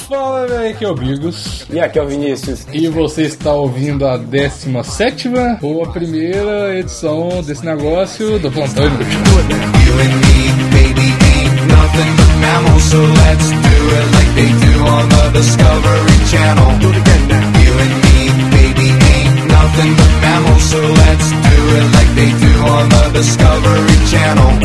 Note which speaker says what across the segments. Speaker 1: Fala, velho, aqui é o Bigos.
Speaker 2: E aqui é o Vinícius.
Speaker 1: E você está ouvindo a 17 ou a primeira edição desse negócio do Plantão Inútil.
Speaker 3: You and me, baby, ain't nothing but mammals, so let's do it like they do on the Discovery Channel. Do it again now. You and me, baby, ain't nothing but mammals, so let's do it like they do on the Discovery Channel.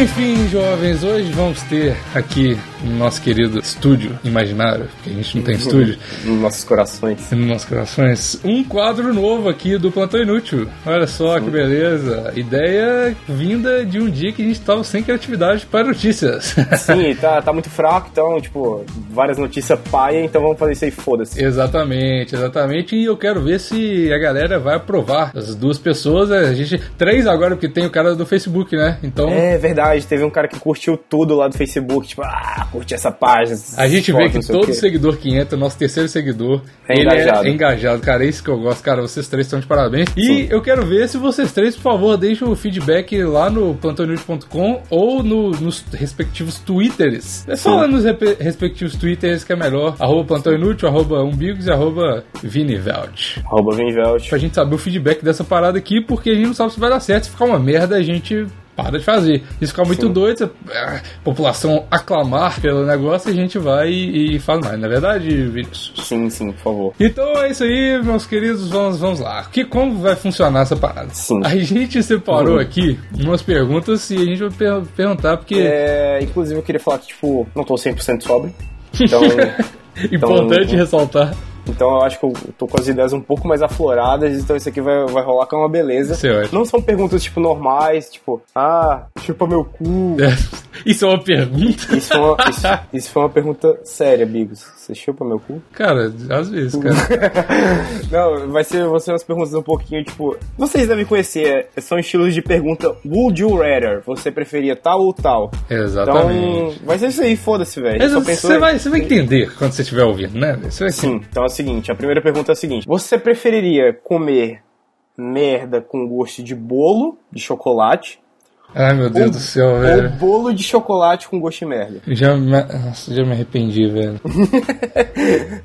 Speaker 1: Enfim, jovens, hoje vamos ter aqui no nosso querido estúdio imaginário, porque a gente não tem estúdio,
Speaker 2: Nos nossos corações.
Speaker 1: nos nossos corações, um quadro novo aqui do Plantão Inútil. Olha só que beleza. Ideia vinda de um dia que a gente estava sem criatividade para notícias.
Speaker 2: Sim, tá, tá muito fraco, então, tipo, várias notícias paia, então vamos fazer isso aí, foda-se.
Speaker 1: Exatamente, exatamente. E eu quero ver se a galera vai aprovar. As duas pessoas, É, a gente. Três agora, porque tem o cara do Facebook, né? Então.
Speaker 2: É verdade, teve um cara que curtiu tudo lá do Facebook, tipo, ah, curti essa página.
Speaker 1: A gente vê
Speaker 2: foda,
Speaker 1: que
Speaker 2: não sei o
Speaker 1: todo
Speaker 2: quê.
Speaker 1: seguidor que entra, nosso terceiro seguidor,
Speaker 2: É
Speaker 1: ele
Speaker 2: engajado.
Speaker 1: é engajado, cara. É isso que eu gosto, cara. Vocês três estão de parabéns. E
Speaker 2: Sim.
Speaker 1: eu quero ver se vocês três, por favor, deixam o feedback lá no plantonews.com ou no- nos respectivos twitters. É só
Speaker 2: Sim.
Speaker 1: lá nos repe- respectivos twitters que é melhor. Arroba plantão inútil, arroba umbigos e arroba viniveld.
Speaker 2: Arroba Vinvelt.
Speaker 1: pra gente saber o feedback dessa parada aqui, porque a gente não sabe se vai dar certo. Se ficar uma merda, a gente para de fazer. Se ficar muito
Speaker 2: Sim.
Speaker 1: doido, se a população aclamar pelo negócio, a gente vai e, e faz mais. Na verdade, Vinícius.
Speaker 2: Sim, sim, por favor.
Speaker 1: Então é isso aí, meus queridos, vamos, vamos lá. Que, como vai funcionar essa parada?
Speaker 2: Sim.
Speaker 1: A gente separou
Speaker 2: Uhum.
Speaker 1: aqui umas perguntas e a gente vai per- perguntar, porque
Speaker 2: É, inclusive, eu queria falar que, tipo, não tô 100% sóbrio. Então,
Speaker 1: importante
Speaker 2: então-
Speaker 1: ressaltar.
Speaker 2: então eu acho que eu tô com as ideias um pouco mais afloradas, então isso aqui vai, vai rolar com uma beleza.
Speaker 1: Você olha.
Speaker 2: Não são perguntas, tipo, normais, tipo, ah, chupa meu cu,
Speaker 1: Isso é uma pergunta?
Speaker 2: Isso foi, uma, isso, isso foi uma pergunta séria, Bigos. Você chupa meu cu?
Speaker 1: Cara, às vezes, cara.
Speaker 2: Não, vai ser, vão ser umas perguntas um pouquinho, tipo... Vocês devem conhecer, é, são estilos de pergunta Would you rather? Você preferia tal ou tal?
Speaker 1: Exatamente.
Speaker 2: Então, vai ser isso aí, foda-se, velho.
Speaker 1: Mas
Speaker 2: Só pensou-
Speaker 1: você vai, você vai entender quando você estiver ouvindo, né? Você vai
Speaker 2: Sim, então é o seguinte, a primeira pergunta é a seguinte. Você preferiria comer merda com gosto de bolo de chocolate
Speaker 1: Ai, meu Deus do céu,
Speaker 2: ou
Speaker 1: velho.
Speaker 2: bolo de chocolate com gosto de merda?
Speaker 1: Já me, nossa, já me arrependi, velho.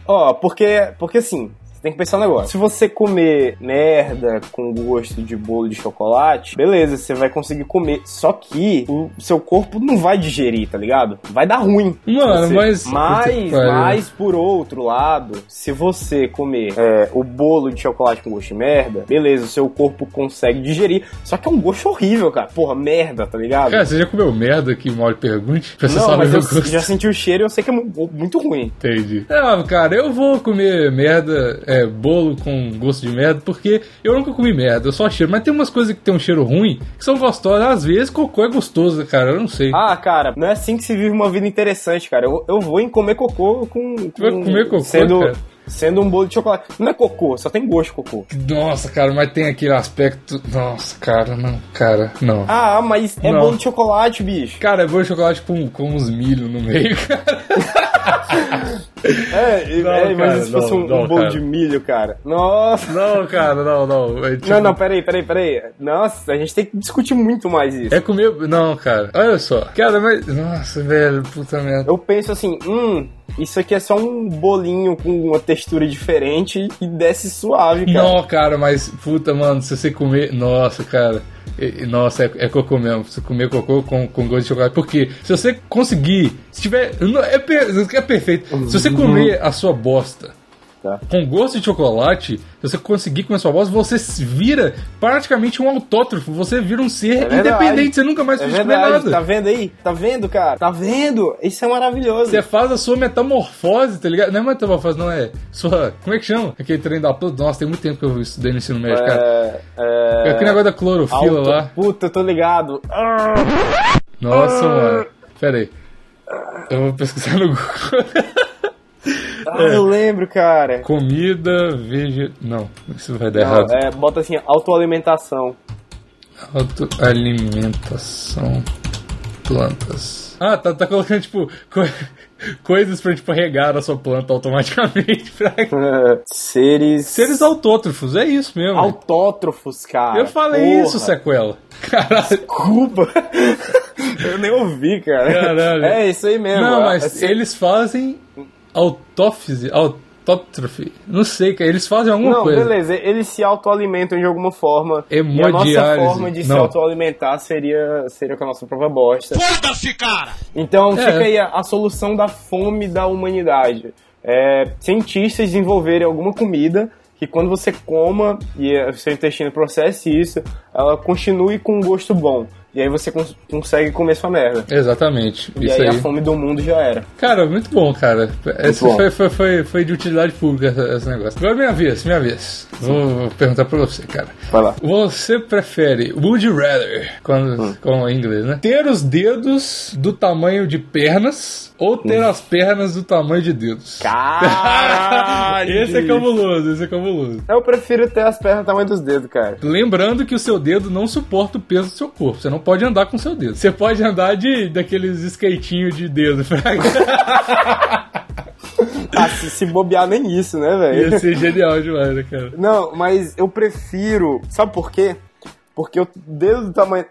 Speaker 2: Ó, porque, porque assim, você tem que pensar um negócio. Se você comer merda com gosto de bolo de chocolate, beleza, você vai conseguir comer. Só que o seu corpo não vai digerir, tá ligado? Vai dar ruim.
Speaker 1: Mano,
Speaker 2: Você-
Speaker 1: mas- Puta que
Speaker 2: Mas,
Speaker 1: pariu.
Speaker 2: mas, por outro lado, se você comer é, o bolo de chocolate com gosto de merda, beleza, o seu corpo consegue digerir. Só que é um gosto horrível, cara. Porra, merda, tá ligado?
Speaker 1: Cara, você já comeu merda que mole pergunte? Pra você
Speaker 2: não,
Speaker 1: saber
Speaker 2: mas
Speaker 1: o
Speaker 2: eu
Speaker 1: gosto.
Speaker 2: já senti o cheiro e eu sei que é mu- muito ruim.
Speaker 1: Entendi. Não, cara, eu vou comer merda, é, bolo com gosto de merda, porque eu nunca comi merda, eu só cheiro. Mas tem umas coisas que tem um cheiro ruim, que são gostosas. Às vezes, cocô é gostoso, cara, eu não sei.
Speaker 2: Ah, cara, não é assim que se vive uma vida interessante, cara. Eu, eu vou em comer cocô com. com
Speaker 1: vai comer cocô,
Speaker 2: sendo,
Speaker 1: cara?
Speaker 2: sendo um bolo de chocolate. Não é cocô, só tem gosto de cocô.
Speaker 1: Nossa, cara, mas tem aquele aspecto... Nossa, cara, não, cara, não.
Speaker 2: Ah, mas é
Speaker 1: Não.
Speaker 2: bolo de chocolate, bicho.
Speaker 1: Cara, é bom chocolate com, com uns milho no meio, cara.
Speaker 2: É,
Speaker 1: Não,
Speaker 2: é
Speaker 1: cara,
Speaker 2: mas se fosse
Speaker 1: não,
Speaker 2: um, um
Speaker 1: não,
Speaker 2: bolo
Speaker 1: cara.
Speaker 2: de milho, cara. Nossa.
Speaker 1: Não, cara, não, não. É, tipo,
Speaker 2: Não, não, peraí, peraí, peraí. Nossa, a gente tem que discutir muito mais isso.
Speaker 1: É comer. Não, cara. Olha só. Cara, mas. Nossa, velho, puta merda.
Speaker 2: Eu penso assim, hum, isso aqui é só um bolinho com uma textura diferente e desce suave, cara.
Speaker 1: Não, cara, mas. Puta, mano, se você comer. Nossa, cara. E- e- Nossa, é, é cocô mesmo. Você comer cocô com, com gosto de chocolate. Porque se você conseguir. Se tiver. não, é, per- é perfeito. Se você comer a sua bosta.
Speaker 2: Tá.
Speaker 1: Com gosto de chocolate, se você conseguir comer a sua bosta, você se vira praticamente um autótrofo. Você vira um ser
Speaker 2: É verdade.
Speaker 1: independente. Você nunca mais
Speaker 2: É
Speaker 1: precisa comer
Speaker 2: verdade,
Speaker 1: nada.
Speaker 2: tá vendo aí? Tá vendo, cara? Tá vendo? Isso é maravilhoso.
Speaker 1: Você faz a sua metamorfose, tá ligado? Não é metamorfose, não, é sua. Como é que chama? Aquele trem da planta. Nossa, tem muito tempo que eu estudei no ensino médio, cara.
Speaker 2: É, é,
Speaker 1: É aquele negócio da clorofila
Speaker 2: alto- Ah.
Speaker 1: lá.
Speaker 2: Puta, eu tô ligado. Ah,
Speaker 1: Nossa, mano. Pera aí. Eu vou pesquisar no Google.
Speaker 2: Ah,
Speaker 1: É.
Speaker 2: Eu lembro, cara.
Speaker 1: Comida, veja. Não, isso vai dar
Speaker 2: Não,
Speaker 1: errado.
Speaker 2: é, bota assim, autoalimentação.
Speaker 1: Autoalimentação. Plantas. Ah, tá, tá colocando, tipo, co- coisas pra, tipo, regar a sua planta automaticamente. Pra...
Speaker 2: Seres...
Speaker 1: Seres autótrofos, é isso mesmo.
Speaker 2: autótrofos, cara.
Speaker 1: Eu falei
Speaker 2: Porra.
Speaker 1: isso, sequela. Caralho.
Speaker 2: Desculpa. eu nem ouvi, cara.
Speaker 1: Caralho.
Speaker 2: É isso aí mesmo.
Speaker 1: Não,
Speaker 2: É,
Speaker 1: mas
Speaker 2: assim,
Speaker 1: eles fazem autófise, autótrofe. Não sei, cara. Eles fazem alguma
Speaker 2: Não,
Speaker 1: coisa.
Speaker 2: beleza, eles se autoalimentam de alguma forma. E a nossa
Speaker 1: Hemodiálise.
Speaker 2: forma de se
Speaker 1: Não.
Speaker 2: autoalimentar seria, seria com a nossa própria bosta. Foda-se, cara! Então
Speaker 1: É.
Speaker 2: fica aí a, a solução da fome da humanidade. É, cientistas desenvolverem alguma comida que quando você coma e é, o seu intestino processe isso, ela continue com um gosto bom. E aí você cons- consegue comer sua merda.
Speaker 1: Exatamente.
Speaker 2: E
Speaker 1: isso
Speaker 2: aí
Speaker 1: aí.
Speaker 2: a fome do mundo já era.
Speaker 1: Cara, muito bom, cara. Essa
Speaker 2: bom.
Speaker 1: Foi, foi, foi, foi de utilidade pública essa- esse negócio. Agora minha vez, minha vez. Vou perguntar pra você, cara.
Speaker 2: Vai lá.
Speaker 1: Você prefere, would you rather, quando,
Speaker 2: Hum.
Speaker 1: com em inglês, né? Ter os dedos do tamanho de pernas ou ter
Speaker 2: Hum.
Speaker 1: as pernas do tamanho de dedos?
Speaker 2: Caralho!
Speaker 1: esse é cabuloso, esse é cabuloso.
Speaker 2: Eu prefiro ter as pernas do tamanho dos dedos, cara.
Speaker 1: Lembrando que o seu dedo não suporta o peso do seu corpo. Você não pode andar com o seu dedo. Você pode andar de daqueles skatinhos de dedo.
Speaker 2: Ah, se, se bobear nem isso, né, velho?
Speaker 1: Ia ser é genial demais, né, cara?
Speaker 2: Não, mas eu prefiro. Sabe por quê? Porque o dedo do tamanho.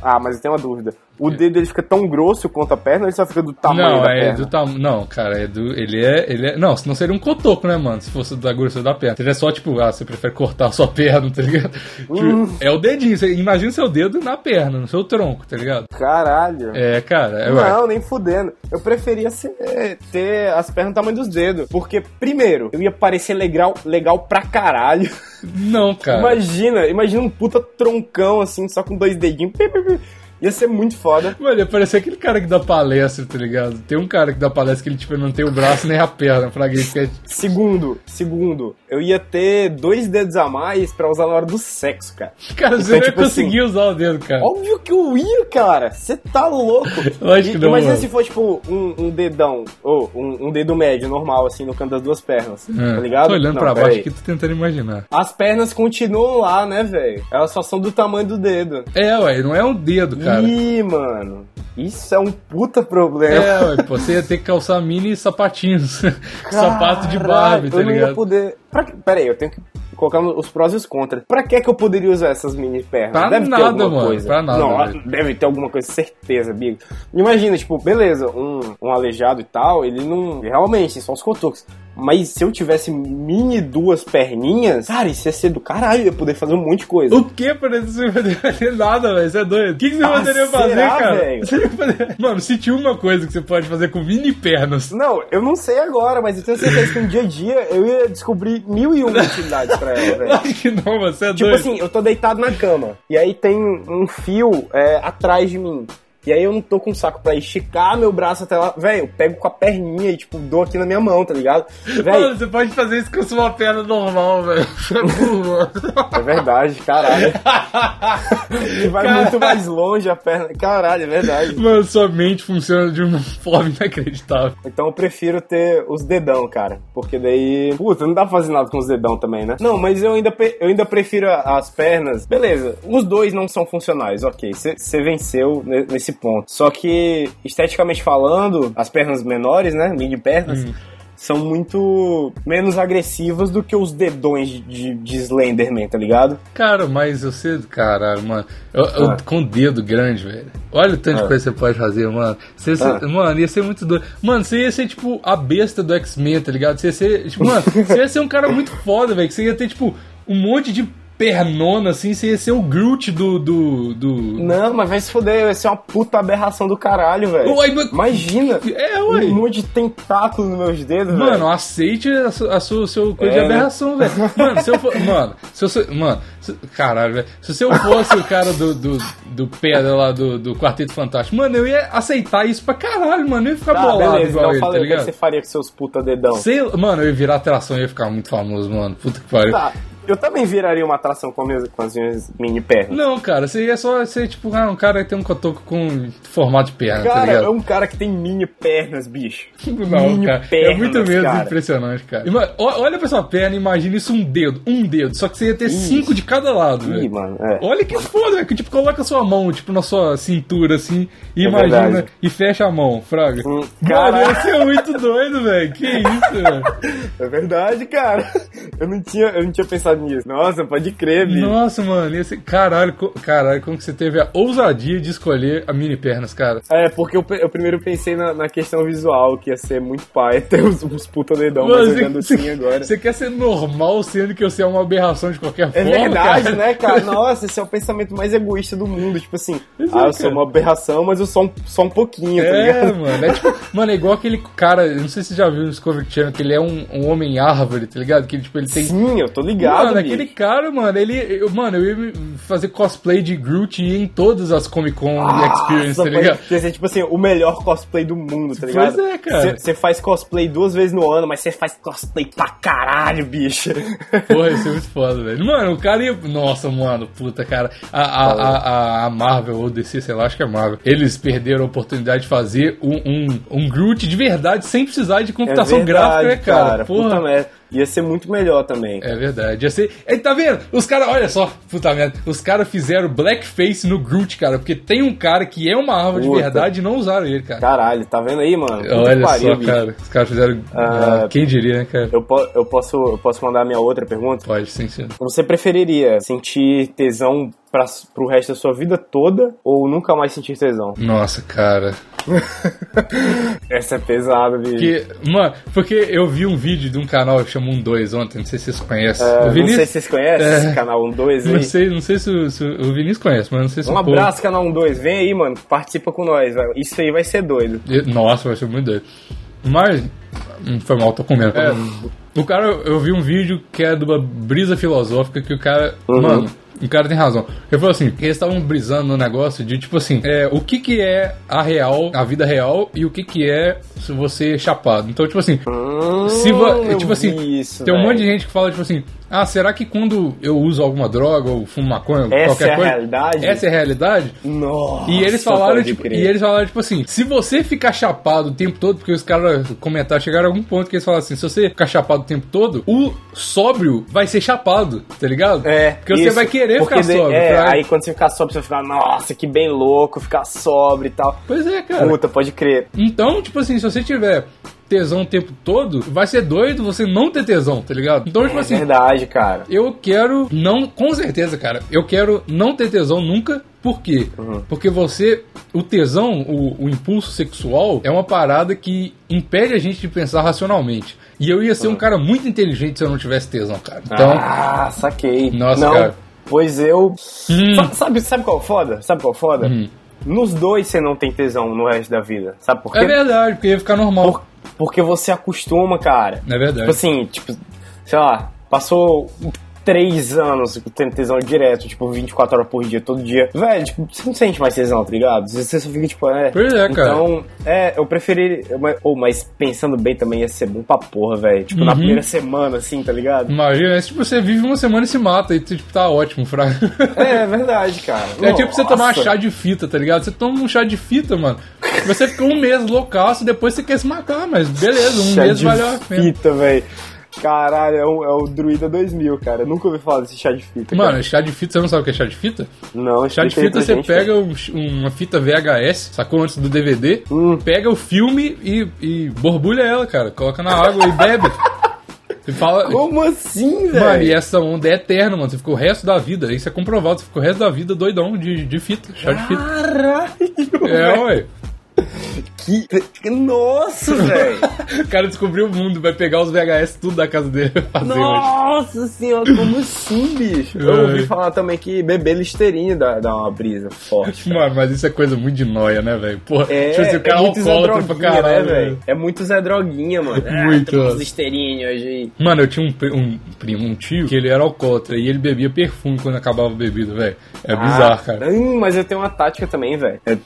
Speaker 2: Ah, mas eu tenho uma dúvida. O dedo ele fica tão grosso quanto a perna ou ele só fica do tamanho
Speaker 1: É. não,
Speaker 2: da
Speaker 1: é
Speaker 2: perna?
Speaker 1: do tamanho. Não, cara, é do. Ele é. Ele é. Não, não seria um cotoco, né, mano? Se fosse da grossura da perna. Seria só, tipo, ah, você prefere cortar a sua perna, tá ligado? Tipo, É o dedinho. Você imagina seu dedo na perna, no seu tronco, tá ligado?
Speaker 2: Caralho.
Speaker 1: É, cara, é ué.
Speaker 2: Não, nem fudendo. Eu preferia ser- ter as pernas do tamanho dos dedos. Porque, primeiro, eu ia parecer legal, legal pra caralho.
Speaker 1: Não, cara.
Speaker 2: Imagina, imagina um puta troncão assim, só com dois dedinhos. Pi, pi, pi. Ia ser muito foda.
Speaker 1: Mano, ia parecer aquele cara que dá palestra, tá ligado? Tem um cara que dá palestra que ele, tipo, não tem o braço nem a perna, pra alguém que é-
Speaker 2: Segundo, segundo, eu ia ter dois dedos a mais pra usar na hora do sexo, cara.
Speaker 1: Cara, você não ia
Speaker 2: tipo
Speaker 1: conseguir usar o dedo, cara.
Speaker 2: Óbvio que eu ia, cara. Você tá louco.
Speaker 1: Lógico
Speaker 2: E-
Speaker 1: que não,
Speaker 2: Imagina
Speaker 1: mano.
Speaker 2: se for, tipo, um, um dedão, ou um, um dedo médio, normal, assim, no canto das duas pernas.
Speaker 1: É.
Speaker 2: Tá ligado?
Speaker 1: Tô olhando
Speaker 2: Não,
Speaker 1: pra
Speaker 2: pera
Speaker 1: baixo
Speaker 2: aí.
Speaker 1: aqui, tô tentando imaginar.
Speaker 2: As pernas continuam lá, né, velho? Elas só são do tamanho do dedo.
Speaker 1: É, ué, não é um dedo, cara.
Speaker 2: Ih, mano. Isso é um puta problema.
Speaker 1: É, ué, pô, você ia ter que calçar mini sapatinhos. Sapato de Barbie, tá
Speaker 2: eu não ia
Speaker 1: ligado?
Speaker 2: poder. Pra... que- Pera aí, eu tenho que colocar no- os prós e os contras. Pra que que eu poderia usar essas mini pernas?
Speaker 1: Pra
Speaker 2: deve
Speaker 1: nada,
Speaker 2: ter alguma
Speaker 1: mano,
Speaker 2: coisa.
Speaker 1: pra nada,
Speaker 2: Não,
Speaker 1: velho.
Speaker 2: deve ter alguma coisa, certeza, Bigo. Imagina, tipo, beleza, um, um aleijado e tal, ele não. Realmente, só os cotoques. Mas se eu tivesse mini duas perninhas, cara, isso ia ser do caralho, eu ia poder fazer um monte de coisa.
Speaker 1: O que, por exemplo, você não ia fazer nada, velho? Você é doido. O que, que você
Speaker 2: Ah,
Speaker 1: poderia fazer,
Speaker 2: será,
Speaker 1: cara?
Speaker 2: velho?
Speaker 1: Você ia fazer- Mano, se tinha uma coisa que você pode fazer com mini pernas.
Speaker 2: Não, eu não sei agora, mas eu tenho certeza que no dia a dia eu ia descobrir mil e uma utilidades pra ela, velho.
Speaker 1: Acho que não, mano, você é
Speaker 2: Tipo
Speaker 1: doido.
Speaker 2: assim, eu tô deitado na cama. E aí tem um fio é, atrás de mim. E aí eu não tô com saco pra esticar meu braço até lá. Velho, eu pego com a perninha e, tipo, dou aqui na minha mão, tá ligado?
Speaker 1: Mano,
Speaker 2: Velho,
Speaker 1: você pode fazer isso com sua perna normal, velho. Você é burro, mano.
Speaker 2: é verdade, caralho. E vai
Speaker 1: Caralho.
Speaker 2: muito mais longe a perna. Caralho, é verdade.
Speaker 1: Mano, sua mente funciona de uma forma inacreditável.
Speaker 2: Então eu prefiro ter os dedão, cara. Porque daí. Puta, não dá pra fazer nada com os dedão também, né? Não, mas eu ainda, pe- eu ainda prefiro a- as pernas. Beleza, os dois não são funcionais, ok. Você venceu ne- nesse ponto. Só que, esteticamente falando, as pernas menores, né? Mini pernas. São muito menos agressivas do que os dedões de, de Slenderman, tá ligado?
Speaker 1: Cara, mas eu sei, caralho, mano. Eu- eu-
Speaker 2: Ah.
Speaker 1: Com o dedo grande, velho. Olha o tanto de
Speaker 2: Ah.
Speaker 1: coisa que você pode fazer, mano. Você, você-
Speaker 2: Ah.
Speaker 1: Mano, ia ser muito doido. Mano, você ia ser tipo a besta do X-Men, tá ligado? Você ia ser, tipo, mano, você ia ser um cara muito foda, velho. Que você ia ter, tipo, um monte de pernona, assim. Você ia ser o Groot do. do, do...
Speaker 2: Não, mas vai se fuder, vai ser uma puta aberração do caralho, velho.
Speaker 1: Uai, mas-
Speaker 2: Imagina!
Speaker 1: É, ué.
Speaker 2: um monte de tentáculo nos meus dedos, velho.
Speaker 1: Mano, aceite a su- a sua, seu coisa
Speaker 2: É,
Speaker 1: de
Speaker 2: né?
Speaker 1: aberração, velho. Mano, se eu for. Mano, se eu sou- Mano, se- caralho, velho. Se eu fosse o cara do, do, do pedra lá do, do Quarteto Fantástico, mano, eu ia aceitar isso pra caralho, mano. Eu ia ficar
Speaker 2: Tá,
Speaker 1: bolado
Speaker 2: beleza,
Speaker 1: igual
Speaker 2: então
Speaker 1: ele,
Speaker 2: falei,
Speaker 1: tá
Speaker 2: o que que
Speaker 1: ligado?
Speaker 2: você faria com seus puta dedão?
Speaker 1: Sei, mano, eu ia virar atração, eu ia ficar muito famoso, mano. Puta que pariu.
Speaker 2: Tá, eu também viraria uma atração com, minhas, com as minhas mini pernas.
Speaker 1: Não, cara, você ia só ser tipo, ah, um cara que tem um cotoco com formato de perna, tá
Speaker 2: Cara,
Speaker 1: ligado?
Speaker 2: é um cara que tem mini pernas, bicho.
Speaker 1: Não,
Speaker 2: Mini
Speaker 1: cara. é
Speaker 2: pernas,
Speaker 1: muito menos
Speaker 2: cara.
Speaker 1: impressionante, cara. Ima- o- Olha pra sua perna e imagina isso um dedo, um dedo. Só que você ia ter cinco de cada lado,
Speaker 2: Ih,
Speaker 1: velho.
Speaker 2: mano, é.
Speaker 1: Olha que foda, velho. que, Tipo, coloca sua mão, tipo, na sua cintura, assim, e
Speaker 2: É
Speaker 1: imagina,
Speaker 2: verdade.
Speaker 1: e fecha a mão, Fraga.
Speaker 2: Hum,
Speaker 1: Mano,
Speaker 2: caralho.
Speaker 1: ia ser muito doido, velho. Que isso, velho.
Speaker 2: É verdade, cara. Eu não tinha, eu não tinha pensado nisso. Nossa, pode crer, bicho.
Speaker 1: Nossa, mano, esse caralho, co- caralho, como que você teve a ousadia de escolher a mini pernas, cara?
Speaker 2: É, porque eu, pe- eu primeiro pensei na, na questão visual, que ia ser muito pai, ter uns, uns puta dedão, mas
Speaker 1: Mano,
Speaker 2: olhando assim agora.
Speaker 1: é você quer ser normal sendo que você é uma aberração de qualquer
Speaker 2: É
Speaker 1: forma?
Speaker 2: verdade,
Speaker 1: cara?
Speaker 2: né, cara? Nossa, esse é o pensamento mais egoísta do mundo. Tipo assim,
Speaker 1: Pois é,
Speaker 2: ah, eu sou
Speaker 1: cara.
Speaker 2: uma aberração, mas eu sou um, só um pouquinho, tá
Speaker 1: É,
Speaker 2: ligado?
Speaker 1: mano. É tipo, mano, é igual aquele cara, eu não sei se você já viu no Discovery Channel, que ele é um, um homem árvore, tá ligado? Que ele, tipo, ele tem.
Speaker 2: Sim, eu tô ligado,
Speaker 1: mano,
Speaker 2: bicho.
Speaker 1: aquele cara, mano, ele. eu- mano, eu ia me fazer cosplay de Groot e ir em todas as Comic Con e Experience,
Speaker 2: Nossa,
Speaker 1: tá ligado?
Speaker 2: pode ser, tipo assim, o melhor cosplay do mundo, tá
Speaker 1: Pois
Speaker 2: ligado?
Speaker 1: é, cara.
Speaker 2: Você faz cosplay duas vezes no ano, mas você faz cosplay pra caralho, bicho.
Speaker 1: Porra, isso é muito foda, velho. Mano, o cara ia. Nossa, mano, puta, cara. A, a, a, a- a Marvel ou DC, sei lá, acho que é Marvel. Eles perderam a oportunidade de fazer um, um, um Groot de verdade sem precisar de computação gráfica, né, cara? Porra.
Speaker 2: É Puta merda. Ia ser muito melhor também.
Speaker 1: É verdade. Ia ser... Ei, tá vendo? Os caras, olha só, puta merda. Os caras fizeram blackface no Groot, cara. Porque tem um cara que é uma árvore de
Speaker 2: Puta.
Speaker 1: verdade e não usaram ele, cara.
Speaker 2: Caralho, tá vendo aí, mano? Puta que
Speaker 1: olha
Speaker 2: pariu,
Speaker 1: só,
Speaker 2: bicho.
Speaker 1: cara. Os caras fizeram.
Speaker 2: Ah,
Speaker 1: ah, quem diria, né, cara?
Speaker 2: Eu, po- eu posso, eu posso mandar a minha outra pergunta?
Speaker 1: Pode, sim, sim.
Speaker 2: Você preferiria sentir tesão pra, pro resto da sua vida toda ou nunca mais sentir tesão?
Speaker 1: Nossa, cara.
Speaker 2: Essa é pesada, bicho.
Speaker 1: Porque, mano, porque eu vi um vídeo de um canal que chamou um 2 ontem, não sei se vocês conhecem.
Speaker 2: Ah,
Speaker 1: o
Speaker 2: não sei
Speaker 1: Vinícius.
Speaker 2: se vocês conhecem
Speaker 1: É.
Speaker 2: esse canal 12 aí.
Speaker 1: Não sei, não sei se, o- se o Vinícius conhece, mas não sei se
Speaker 2: Um
Speaker 1: o povo-
Speaker 2: abraço, Canal 12. Vem aí, mano. Participa com nós. vai. Isso aí vai ser doido.
Speaker 1: Eu- Nossa, vai ser muito doido. Mas. hum, Foi mal, tô comendo. É, o cara, eu vi um vídeo que é de uma brisa filosófica que o cara.
Speaker 2: Uhum.
Speaker 1: Mano, o cara tem razão. Ele falou assim: eles estavam brisando no negócio de tipo assim: é, o que que é a real, a vida real e o que que é se você é chapado. Então, tipo assim, se vo-
Speaker 2: Hum, Ah, eu
Speaker 1: tipo assim,
Speaker 2: vi isso,
Speaker 1: tem um
Speaker 2: velho.
Speaker 1: monte de gente que fala, tipo assim, ah, será que quando eu uso alguma droga ou fumo maconha,
Speaker 2: Essa
Speaker 1: qualquer
Speaker 2: é a
Speaker 1: coisa.
Speaker 2: realidade?
Speaker 1: Essa é a realidade?
Speaker 2: Nossa,
Speaker 1: E eles falaram,
Speaker 2: pode
Speaker 1: tipo,
Speaker 2: crer.
Speaker 1: e eles falaram, tipo assim, se você ficar chapado o tempo todo, porque os caras comentaram, chegaram a algum ponto que eles falaram assim, se você ficar chapado o tempo todo, o sóbrio vai ser chapado, tá ligado?
Speaker 2: É,
Speaker 1: Porque você
Speaker 2: isso.
Speaker 1: vai querer
Speaker 2: Porque
Speaker 1: ficar
Speaker 2: de-
Speaker 1: sóbrio.
Speaker 2: É,
Speaker 1: tá?
Speaker 2: aí quando você ficar sóbrio, você vai ficar, nossa, que bem louco, ficar sóbrio e tal.
Speaker 1: Pois é, cara.
Speaker 2: Puta, pode crer.
Speaker 1: Então, tipo assim, se você tiver tesão o tempo todo, vai ser doido você não ter tesão, tá ligado? Então, tipo
Speaker 2: É
Speaker 1: assim,
Speaker 2: verdade, cara.
Speaker 1: Eu quero não, com certeza, cara. Eu quero não ter tesão nunca. Por quê?
Speaker 2: Uhum.
Speaker 1: Porque você, o tesão, o, o impulso sexual é uma parada que impede a gente de pensar racionalmente. E eu ia ser um cara muito inteligente se eu não tivesse tesão, cara. Então,
Speaker 2: Uhum. ah, saquei.
Speaker 1: Nossa,
Speaker 2: Não,
Speaker 1: cara.
Speaker 2: Pois eu.
Speaker 1: Hum.
Speaker 2: Sa- Sabe, sabe qual é o foda? Sabe qual é o foda? Nos dois você não tem tesão no resto da vida. Sabe por quê?
Speaker 1: é verdade, porque ia ficar normal.
Speaker 2: Por- porque você acostuma, cara.
Speaker 1: É verdade.
Speaker 2: Tipo assim, tipo, sei lá, passou três anos tendo tesão direto, tipo, 24 horas por dia, todo dia. Velho, tipo, você não sente mais tesão, tá ligado? Você só fica, tipo, é.
Speaker 1: Pois é, cara.
Speaker 2: Então, é, eu preferi. Mas, oh, mas pensando bem também ia ser bom pra porra, velho. Tipo,
Speaker 1: Uhum.
Speaker 2: na primeira semana, assim, tá ligado?
Speaker 1: Imagina, é tipo, você vive uma semana e se mata, e tipo, tá ótimo, fraco.
Speaker 2: É, é verdade, cara.
Speaker 1: É tipo você tomar
Speaker 2: Nossa.
Speaker 1: chá de fita, tá ligado? Você toma um chá de fita, mano. Você fica um mês loucaço, depois você quer se matar, mas beleza, um
Speaker 2: chá
Speaker 1: mês
Speaker 2: de
Speaker 1: valeu a pena.
Speaker 2: fita, velho. Caralho, é o, é o Druida 2000, cara. Eu nunca ouvi falar desse chá de fita. cara.
Speaker 1: Mano, chá de fita, você não sabe o que é chá de fita?
Speaker 2: não,
Speaker 1: Chá de
Speaker 2: explica aí
Speaker 1: fita,
Speaker 2: pra
Speaker 1: você
Speaker 2: gente,
Speaker 1: pega um- uma fita VHS, sacou antes do DVD,
Speaker 2: Hum.
Speaker 1: pega o filme e, e borbulha ela, cara. Coloca na água e bebe. E fala.
Speaker 2: Como assim,
Speaker 1: Mano, e
Speaker 2: velho?
Speaker 1: essa onda é eterna, mano. Você ficou o resto da vida. Isso é comprovado. Você ficou o resto da vida doidão de, de fita, chá de fita.
Speaker 2: Caralho,
Speaker 1: É, ué.
Speaker 2: que... Nossa, velho!
Speaker 1: O cara descobriu o mundo, vai pegar os VHS tudo da casa dele e fazer hoje.
Speaker 2: Nossa senhora, como assim, bicho? Eu ouvi
Speaker 1: Ai.
Speaker 2: falar também que beber listerine dá, dá uma brisa forte.
Speaker 1: Mano, mas isso é coisa muito de noia, né, velho? Porra,
Speaker 2: É,
Speaker 1: tipo assim, o cara
Speaker 2: é muito Zé
Speaker 1: alcoólatra pra
Speaker 2: Droguinha,
Speaker 1: caralho,
Speaker 2: né,
Speaker 1: velho.
Speaker 2: velho? É muito Zé Droguinha, mano.
Speaker 1: Muito.
Speaker 2: Ah, tomamos listerine hoje aí.
Speaker 1: Mano, eu tinha um, pri- um primo, um tio, que ele era alcoólatra e ele bebia perfume quando acabava a bebida, velho.
Speaker 2: Ah,
Speaker 1: É bizarro, cara.
Speaker 2: Hum, mas eu tenho uma tática também, velho. É,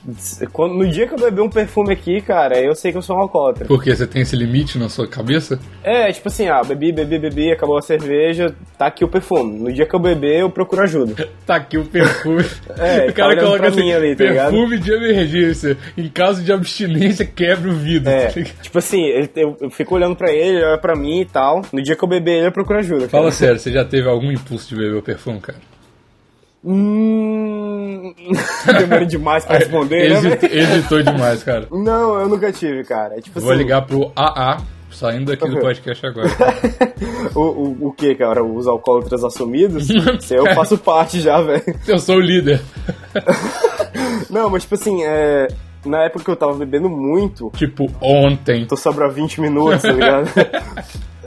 Speaker 2: quando- no dia que eu beber um perfume aqui, cara, eu sei que eu sou um alcoólatra.
Speaker 1: Porque você tem esse limite na sua cabeça?
Speaker 2: É, tipo assim, ah, bebi, bebi, bebi, acabou a cerveja, tá aqui o perfume. No dia que eu beber, eu procuro ajuda.
Speaker 1: Tá aqui o perfume.
Speaker 2: É,
Speaker 1: o
Speaker 2: tá
Speaker 1: cara
Speaker 2: olhando
Speaker 1: coloca
Speaker 2: pra
Speaker 1: assim,
Speaker 2: mim ali, tá ligado?
Speaker 1: perfume de emergência. Em caso de abstinência, quebra o vidro.
Speaker 2: É,
Speaker 1: tá ligado?
Speaker 2: tipo assim, ele- eu, eu fico olhando pra ele, ele olha pra mim e tal. No dia que eu beber ele, eu procuro ajuda. cara.
Speaker 1: Fala assim. sério, você já teve algum impulso de beber o perfume, cara?
Speaker 2: Hum. Demora demais pra responder, né?
Speaker 1: Hesitou,
Speaker 2: velho?
Speaker 1: hesitou demais, cara.
Speaker 2: Não, eu nunca tive, cara. É tipo
Speaker 1: Vou
Speaker 2: assim.
Speaker 1: ligar pro AA, saindo daqui
Speaker 2: Uhum.
Speaker 1: do podcast agora.
Speaker 2: O, o, o que, cara? Os alcoólatras assumidos? Isso aí eu faço parte já, velho.
Speaker 1: Eu sou o líder.
Speaker 2: Não, mas tipo assim, é, na época que eu tava bebendo muito,
Speaker 1: Tipo, ontem.
Speaker 2: tô sobra 20 minutos, tá ligado?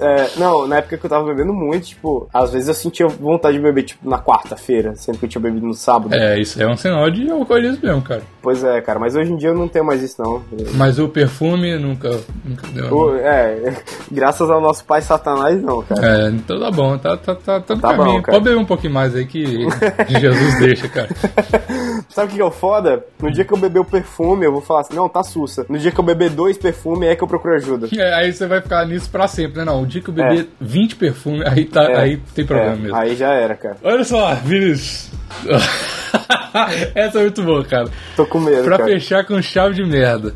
Speaker 2: É, não, na época que eu tava bebendo muito, tipo, às vezes eu sentia vontade de beber, tipo, na quarta-feira, sendo que eu tinha bebido no sábado.
Speaker 1: É, isso é um sinal de alcoolismo mesmo, cara.
Speaker 2: Pois é, cara, mas hoje em dia eu não tenho mais isso, não.
Speaker 1: Mas o perfume nunca, nunca deu.
Speaker 2: Eu- é, graças ao nosso pai Satanás, não, cara.
Speaker 1: É, então tá bom, tá, tá, tá, tá no
Speaker 2: Tá bom,
Speaker 1: caminho.
Speaker 2: cara.
Speaker 1: Pode beber um pouquinho mais aí que Jesus deixa, cara.
Speaker 2: Sabe o que que é o foda? No dia que eu beber o perfume, eu vou falar assim, não, tá sussa. No dia que eu beber dois perfumes, é que eu procuro ajuda.
Speaker 1: É, aí você vai ficar nisso pra sempre, né? Não, o dia que eu beber 20 perfumes, aí, tá,
Speaker 2: É.
Speaker 1: aí tem problema
Speaker 2: É,
Speaker 1: mesmo.
Speaker 2: Aí já era, cara.
Speaker 1: Olha só, Vinícius. Essa é muito boa, cara.
Speaker 2: Tô com medo,
Speaker 1: Pra
Speaker 2: cara.
Speaker 1: fechar com chave de merda.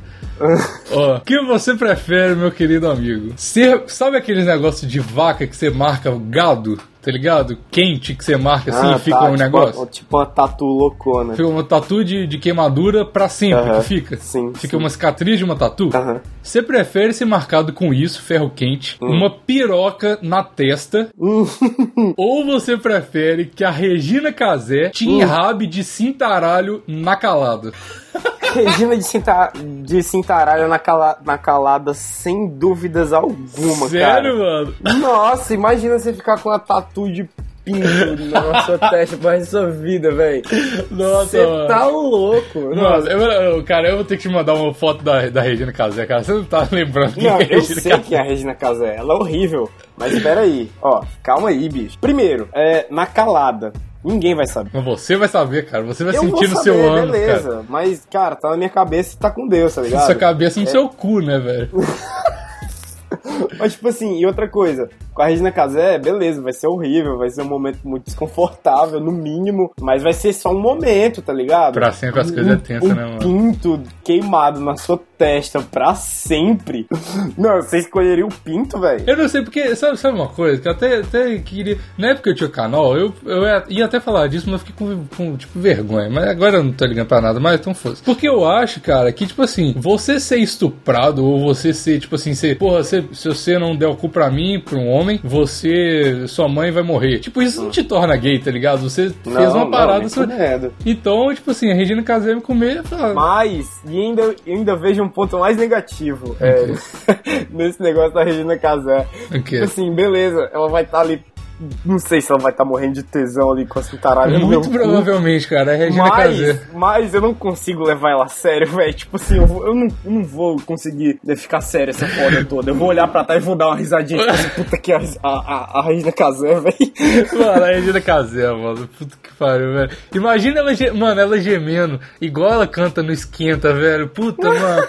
Speaker 1: Ó, o que você prefere, meu querido amigo? Ser, sabe aqueles negócio de vaca que você marca o gado, tá ligado? Quente que você marca assim
Speaker 2: Ah,
Speaker 1: e fica
Speaker 2: tá,
Speaker 1: um
Speaker 2: tipo
Speaker 1: negócio?
Speaker 2: uma- tipo uma tatu loucona.
Speaker 1: Fica uma tatu de, de queimadura pra sempre,
Speaker 2: Aham.
Speaker 1: que fica.
Speaker 2: Sim,
Speaker 1: Fica
Speaker 2: sim. Tá.
Speaker 1: uma cicatriz de uma tatu.
Speaker 2: Aham.
Speaker 1: Você prefere ser marcado com isso, ferro quente,
Speaker 2: Hum.
Speaker 1: uma piroca na testa? ou você prefere que a Regina Casé te
Speaker 2: Hum.
Speaker 1: enrabe de cintaralho na calada?
Speaker 2: Regina de, cinta, de cintaralho na, cala- na calada, sem dúvidas alguma,
Speaker 1: Sério,
Speaker 2: cara.
Speaker 1: mano?
Speaker 2: Nossa, imagina você ficar com uma tatu de pinto na sua testa pra resto da sua vida, velho.
Speaker 1: Nossa,
Speaker 2: Você
Speaker 1: mano.
Speaker 2: tá louco.
Speaker 1: Mano, eu, eu- cara, eu vou ter que te mandar uma foto da, da Regina Casé, cara. Você não tá lembrando quem é
Speaker 2: Não,
Speaker 1: a
Speaker 2: eu
Speaker 1: Regina
Speaker 2: sei que é a Regina Casé. Ela é horrível. Mas peraí, ó, calma aí, bicho. Primeiro, é, na calada, ninguém vai saber.
Speaker 1: Mas você vai saber, cara. Você vai
Speaker 2: Eu
Speaker 1: sentir
Speaker 2: vou
Speaker 1: no
Speaker 2: saber,
Speaker 1: Tá seu ano,
Speaker 2: beleza.
Speaker 1: cara.
Speaker 2: Mas, cara, tá na minha cabeça e tá com Deus, tá
Speaker 1: Na
Speaker 2: ligado?
Speaker 1: sua cabeça, no seu cu, né, velho?
Speaker 2: Mas, tipo assim, e outra coisa, com a Regina Casé, beleza, vai ser horrível, vai ser um momento muito desconfortável, no mínimo, mas vai ser só um momento, tá ligado?
Speaker 1: Pra sempre as coisas é tensa,
Speaker 2: um
Speaker 1: né, mano?
Speaker 2: pinto queimado na sua testa pra sempre. Não, você escolheria o pinto, velho?
Speaker 1: Eu não sei, porque, sabe, sabe uma coisa? Que eu até, até queria. Na época que eu tinha canal, eu, eu ia- ia até falar disso, mas eu fiquei com, com, tipo, vergonha. Mas agora eu não tô ligando pra nada mais, então fosse. Porque eu acho, cara, que, tipo assim, você ser estuprado, ou você ser, tipo assim, ser, porra, se, se você não der o cu pra mim, pra um homem, você. sua mãe vai morrer. Tipo, isso não te torna gay, tá ligado? Você fez uma parada.
Speaker 2: não,
Speaker 1: você-
Speaker 2: nem fudendo.
Speaker 1: Então, tipo assim, a Regina Casé me comer e falar.
Speaker 2: Mas, e ainda, e ainda vejo um ponto mais negativo é, nesse negócio da Regina Casé.
Speaker 1: O quê?
Speaker 2: Tipo assim, beleza, ela vai estar ali. Não sei se ela vai estar morrendo de tesão ali com essa taralha no meu
Speaker 1: Muito
Speaker 2: cu.
Speaker 1: provavelmente, cara, é a Regina Casé.
Speaker 2: Mas, mas eu não consigo levar ela a sério, velho. Tipo assim, eu, vou- eu não, eu não vou conseguir ficar sério essa foda toda. Eu vou olhar pra trás e vou dar uma risadinha. tipo assim, Puta que a, a, a, a Regina Casé, velho.
Speaker 1: Mano, a Regina Casé, mano. Puta que pariu, velho. Imagina ela, ge- mano, ela gemendo, igual ela canta no Esquenta, velho. Puta, mano.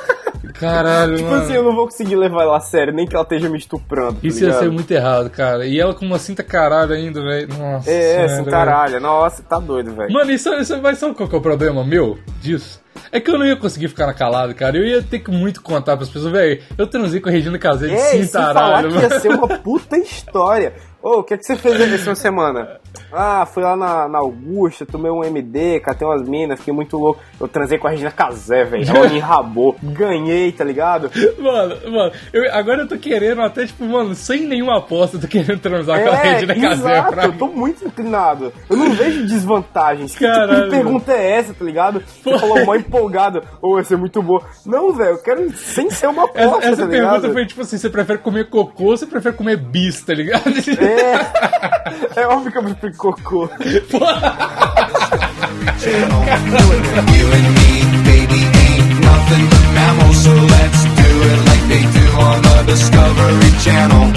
Speaker 1: Caralho,
Speaker 2: Tipo
Speaker 1: mano.
Speaker 2: assim, eu não vou conseguir levar ela a sério, nem que ela esteja me estuprando. tá
Speaker 1: Isso ia ser
Speaker 2: ligado?
Speaker 1: muito errado, cara. E ela com uma cinta caralho ainda, velho. Nossa.
Speaker 2: É,
Speaker 1: senhora,
Speaker 2: é, assim, caralho. Nossa, tá doido, velho.
Speaker 1: velho. Mano, isso, isso vai só qual que é o problema meu disso? É que eu não ia conseguir ficar na calada, cara. Eu ia ter que muito contar pras pessoas, velho. Eu transei com a Regina Casé de
Speaker 2: É, e se falar
Speaker 1: cintaralho,
Speaker 2: que
Speaker 1: mano.
Speaker 2: ia ser uma puta história. Ô, o que, é que você fez aí essa semana? Ah, fui lá na, na Augusta, tomei um MD, catei umas minas, fiquei muito louco. Eu transei com a Regina Casé, velho. Ela me enrabou. Ganhei, tá ligado?
Speaker 1: Mano, mano, eu- agora eu tô querendo até, tipo, mano, sem nenhuma aposta, eu tô querendo transar com a
Speaker 2: É,
Speaker 1: Regina Casé
Speaker 2: exato,
Speaker 1: pra
Speaker 2: eu tô muito inclinado. Eu não vejo desvantagens. Que tipo
Speaker 1: Caralho.
Speaker 2: de pergunta é essa, tá ligado? Você falou mó empolgado. Ô, vai ser muito boa. Não, velho, eu quero sem ser uma aposta,
Speaker 1: Essa, essa
Speaker 2: tá
Speaker 1: pergunta
Speaker 2: ligado?
Speaker 1: foi tipo assim: você prefere comer cocô ou você prefere comer bis, tá ligado?
Speaker 2: É, é óbvio que eu prefiro cocô.
Speaker 3: channel. You and me, baby, ain't nothing but mammals, so let's do it like they do on the Discovery Channel.